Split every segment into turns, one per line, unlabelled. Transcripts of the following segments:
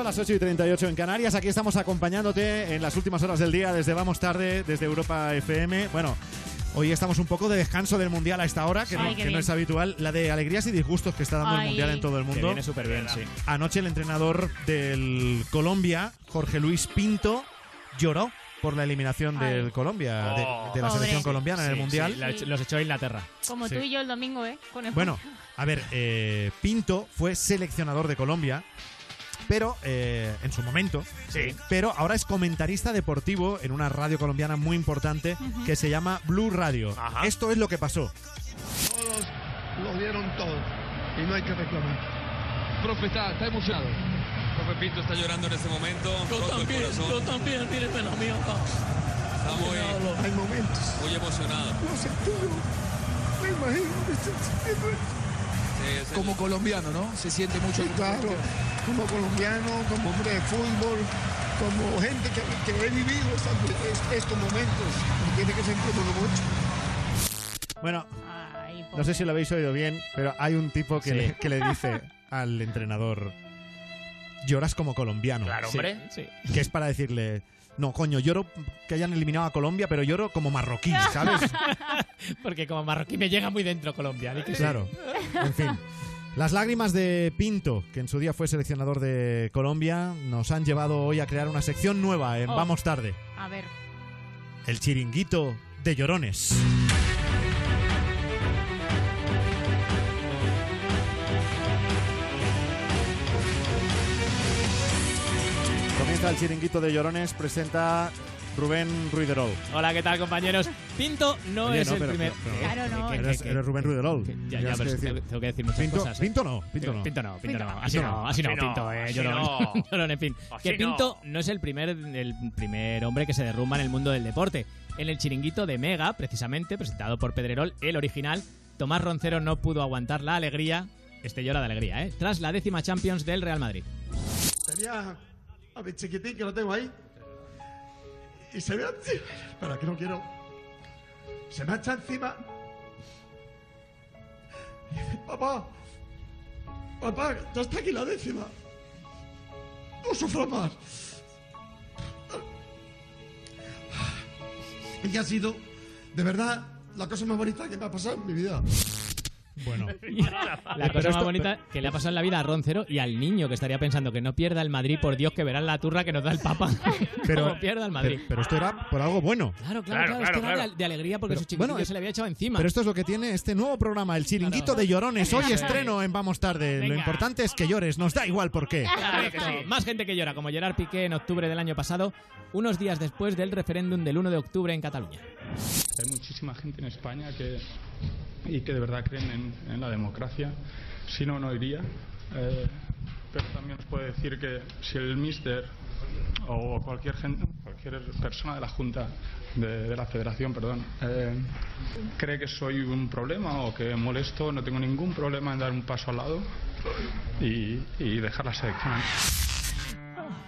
A las 8 y 38 en Canarias, aquí estamos acompañándote en las últimas horas del día desde Vamos Tarde, desde Europa FM. Bueno, hoy estamos un poco de descanso del Mundial a esta hora, que,
Ay,
no,
qué
que no
bien.
es habitual, la de alegrías y disgustos que está dando el
Ay.
Mundial en todo el
Que
mundo.
viene súper bien, sí.
Anoche el entrenador del Colombia, Jorge Luis Pinto, lloró por la eliminación
Ay.
del Colombia, de- de,
Oh.
la
Pobre.
selección colombiana en el
Sí,
Mundial.
sí, la-
Sí.
los echó a Inglaterra.
Como
Sí.
tú y yo el domingo, ¿eh? Con el-
Bueno, a ver, eh, Pinto fue seleccionador de Colombia, pero eh, en su momento,
Sí.
pero ahora es comentarista deportivo en una radio colombiana muy importante
Ujú.
que se llama Blue Radio.
Ajá.
Esto es lo que pasó.
Todos lo dieron todo y no hay que reclamar.
Profe está, está emocionado. Profe Pinto está llorando en este momento.
Yo
roto el
también,
corazón.
yo también, mírate la mía, pa.
Está muy,
Míralo.
Hay momentos,
muy emocionado.
no sé tú, me imagino que estoy sintiendo esto.
Sí, es el-
como colombiano, ¿no? Se siente mucho.
Sí, claro, como colombiano, como hombre de fútbol, como gente que, que he vivido esta- est- estos momentos, me tiene que sentirlo mucho.
Bueno,
Ay,
no sé si lo
pobre.
habéis oído bien, pero hay un tipo que,
Sí.
le, que le dice al entrenador, lloras como colombiano.
Sí, Sí.
Que es para decirle... No, coño, lloro que hayan eliminado a Colombia, pero lloro como marroquí, ¿sabes?
Porque como marroquí me llega muy dentro Colombia. di que sí.
Claro. En fin. Las lágrimas de Pinto, que en su día fue seleccionador de Colombia, nos han llevado hoy a crear una sección nueva en
Oh.
Vamos Tarde.
A ver.
El chiringuito de llorones. Comienza el chiringuito de llorones, presenta Rubén Ruiderol.
Hola, ¿qué tal, compañeros? Pinto no
Oye,
es
no,
el
pero-
primer. ¿Eh?
pero-
pero- Claro, no.
Que- que-
Eres-
que-
eres Rubén Ruiderol.
que- Ya, ya,
Tienes
pero
que decir-
tengo, tengo que decir muchas
Pinto,
cosas. ¿eh?
Pinto no, Pinto no.
Pinto no, Pinto
Pinto
no.
no.
Así no, así no,
Así no,
Pinto, eh,
así
llorón.
no.
Llorón, en fin.
Así
que Pinto
no.
no es el primer, el primer hombre que se derrumba en el mundo del deporte. En el chiringuito de Mega, precisamente, presentado por Pedrerol, el original, Tomás Roncero no pudo aguantar la alegría. Este llora de alegría, ¿eh? Tras la décima Champions del Real Madrid.
Tenía a mi chiquitín que lo tengo ahí. Y se me ha encima. Para que no quiero. Se me ha echado encima. Y dice, papá, papá, ya está aquí la décima. No sufras más. Y que ha sido, de verdad, la cosa más bonita que me ha pasado en mi vida.
Bueno,
La cosa
esto-
más bonita que le ha pasado en la vida a Roncero y al niño que estaría pensando que no pierda el Madrid, por Dios, que verán la turra que nos da el Papa.
pero,
Como pierda el Madrid.
pero- pero esto era por algo bueno.
Claro, claro, claro,
Claro,
esto
claro,
era
claro.
de alegría porque
Pero,
su chiquitillo
bueno,
se le había echado encima.
Pero esto es lo que tiene este nuevo programa, El Chiringuito
Claro.
de Llorones. Hoy
Eso es.
estreno en Vamos Tarde. Lo
Venga.
importante es que llores, nos da igual por qué.
Correcto.
Claro que sí.
Más gente que llora, como Gerard Piqué en octubre del año pasado, unos días después del referéndum del 1 de octubre en Cataluña.
Hay muchísima gente en España que, y que de verdad creen en, en la democracia. Si no, no iría. Eh, pero también os puedo decir que si el mister o cualquier, gen- cualquier persona de la Junta, de, de la Federación, perdón, eh, cree que soy un problema o que molesto, no tengo ningún problema en dar un paso al lado y, y dejar la selección.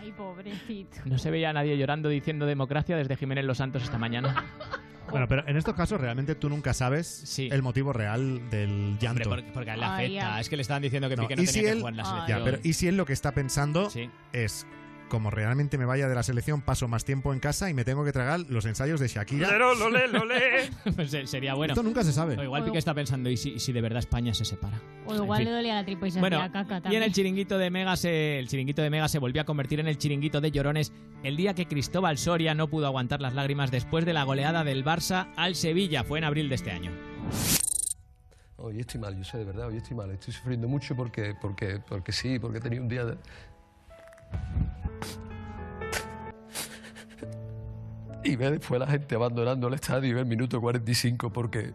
Ay, pobrecito.
No se veía a nadie llorando diciendo democracia desde Jiménez Los Santos esta mañana.
Bueno, pero en estos casos realmente tú nunca sabes
Sí.
el motivo real del
Hombre,
llanto.
porque, porque a él le
Ay,
afecta.
ya.
Es que le estaban diciendo que
No,
Piqué no
y
tenía
si
que
él-
jugar en la
Ay.
selección.
Ya, pero y si él lo que está pensando
Sí.
es como realmente me vaya de la selección, paso más tiempo en casa y me tengo que tragar los ensayos de Shakira.
Lero, lole, lole.
Pues, eh, Sería bueno.
Esto nunca se
O
sabe.
igual Piqué está pensando, ¿y si, y si de verdad España se separa?
O
En
Pues igual
fin.
le dolía la tripa y se
Bueno,
hacía caca
y en
también.
el chiringuito de Mega se, el chiringuito de Mega se volvió a convertir en el chiringuito de llorones el día que Cristóbal Soria no pudo aguantar las lágrimas después de la goleada del Barça al Sevilla, fue en abril de este año.
Hoy estoy mal, yo sé de verdad, hoy estoy mal. Estoy sufriendo mucho porque, porque, porque sí, porque he tenido un día de... Y ve después la gente abandonando el estadio en el minuto 45 porque...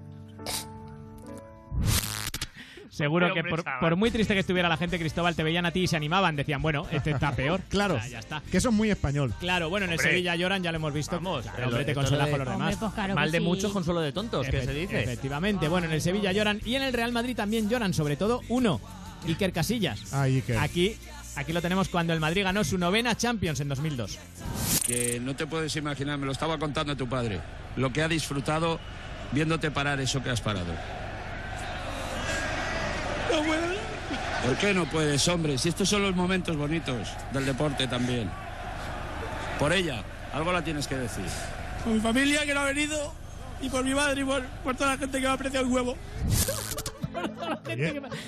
Seguro
Hombre,
que por,
chaval.
por muy triste que estuviera la gente, Cristóbal, te veían a ti y se animaban, decían, bueno, este está peor.
Claro,
O sea, ya está.
que eso es muy español.
Claro, bueno, en el
Hombre.
Sevilla lloran, ya lo hemos visto. Claro,
pero
hombre, te
esto
consuelas
de-
con los demás.
Hombre, pues claro que
Mal de
sí.
muchos, consuelo de tontos, ¿qué se
Efect-
dice?
Efectivamente. Bueno, en el Sevilla lloran y en el Real Madrid también lloran, sobre todo uno, Iker Casillas.
Ay, Iker.
Aquí, aquí lo tenemos cuando el Madrid ganó su novena Champions en 2002.
que no te puedes imaginar, me lo estaba contando tu padre, lo que ha disfrutado viéndote parar eso que has parado. ¿Por qué no puedes, hombre? Si estos son los momentos bonitos del deporte también. Por ella, algo la tienes que decir.
Por mi familia que no ha venido y por mi madre y por, por toda la gente que me ha apreciado el huevo.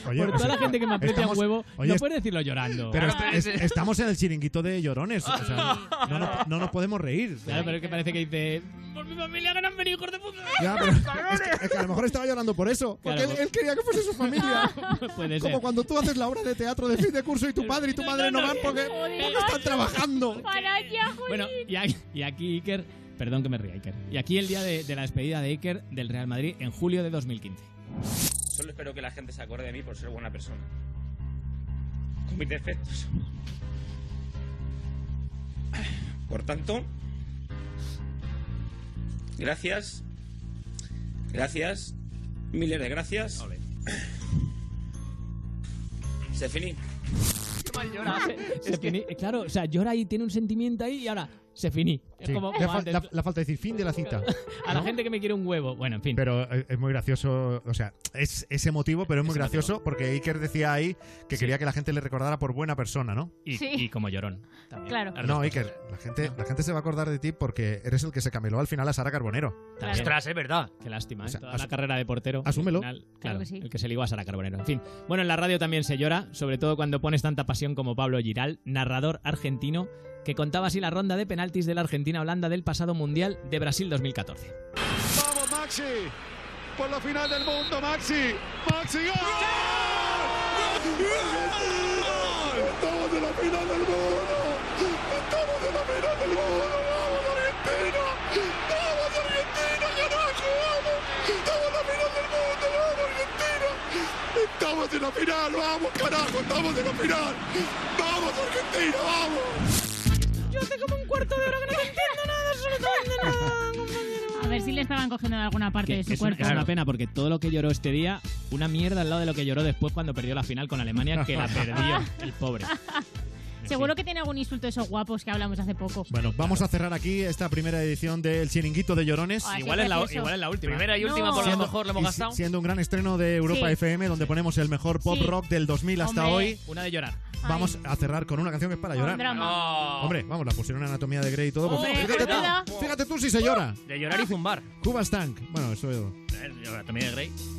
Oye,
Por toda la gente que me aprecia
estamos-
un huevo,
oye,
no Ah,
es-
puedes decirlo llorando.
Pero est- est- estamos en el chiringuito de llorones. o sea, no, no- no nos podemos reír.
Claro, pero es que parece que dice. Por mi familia que no han venido, hijos de puta.
Ya, pero es, que, es que a lo mejor estaba llorando por eso. Porque
Claro,
él, él quería que fuese su familia.
Puede ser.
Como cuando tú haces la obra de teatro de fin de curso y tu padre y tu madre no van porque, porque están trabajando.
Para allá,
Bueno, y aquí, y aquí Iker, perdón que me ría Iker. Y aquí el día de, de la despedida de Iker del Real Madrid en julio de 2015.
Solo espero que la gente se acorde de mí por ser buena persona. Con mis defectos. Por tanto, gracias. Gracias. Miles de gracias. Se finí.
Se finí- eh, claro, o sea, llora y tiene un sentimiento ahí y ahora se finí. Es
Sí,
como,
le
como
fal-
antes,
la, la falta de decir fin de la cita.
a la gente que me quiere un huevo. Bueno, en fin.
Pero eh, es muy gracioso, o sea, es, es emotivo, pero es muy gracioso porque Iker decía ahí que quería que la gente le recordara por buena persona, ¿no?
Y,
Sí.
y como llorón.
Claro.
No, Iker, la gente, la gente se va a acordar de ti porque eres el que se cameló al final a Sara Carbonero.
También.
Ostras, es verdad.
Qué lástima, ¿eh?
O sea,
Toda
as-
la carrera de portero.
asúmelo.
Al final, claro,
que sí.
El que se ligó a Sara Carbonero. En fin. Bueno, en la radio también se llora, sobre todo cuando pones tanta pasión como Pablo Giral, narrador argentino, que contaba así la ronda de penaltis de la Argentina-Holanda del pasado Mundial de Brasil 2014.
Vamos, Maxi. Por la final del mundo, Maxi. Maxi, gol. ¡Gol! Estamos en la final del mundo. Estamos en la final del mundo. Vamos, Argentina. Vamos, Argentina, carajo. Vamos. Estamos en la final del mundo. Vamos, Argentina. Estamos en la final. Vamos, carajo. Estamos en la final. Vamos, Argentina. Vamos.
Yo hace como un cuarto de hora que no entiendo nada, absolutamente nada, A ver si le estaban cogiendo de alguna parte
Que
de su
es, una,
cuerpo.
es una pena porque todo lo que lloró este día, una mierda al lado de lo que lloró después cuando perdió la final con Alemania, que la perdió el pobre.
Seguro que tiene algún insulto de esos guapos que hablamos hace poco.
Bueno, vamos a cerrar aquí esta primera edición del Chiringuito de Llorones.
Ay, Igual qué es la- gracioso. igual es la última. Primera y última, No. por lo mejor, lo hemos
y si-
gastado.
Siendo un gran estreno de Europa
Sí.
FM, donde ponemos el mejor pop
Sí.
rock del 2000 hasta
Hombre.
hoy.
Una de llorar.
Vamos a cerrar con una canción que es para llorar.
drama.
Hombre, vamos, la pusieron en Anatomía de Grey y todo.
Hombre,
pues fíjate,
es verdad.
tú, fíjate tú si se llora.
De llorar y zumbar.
Cuba Stank. Bueno, eso
Eh, También de Grey.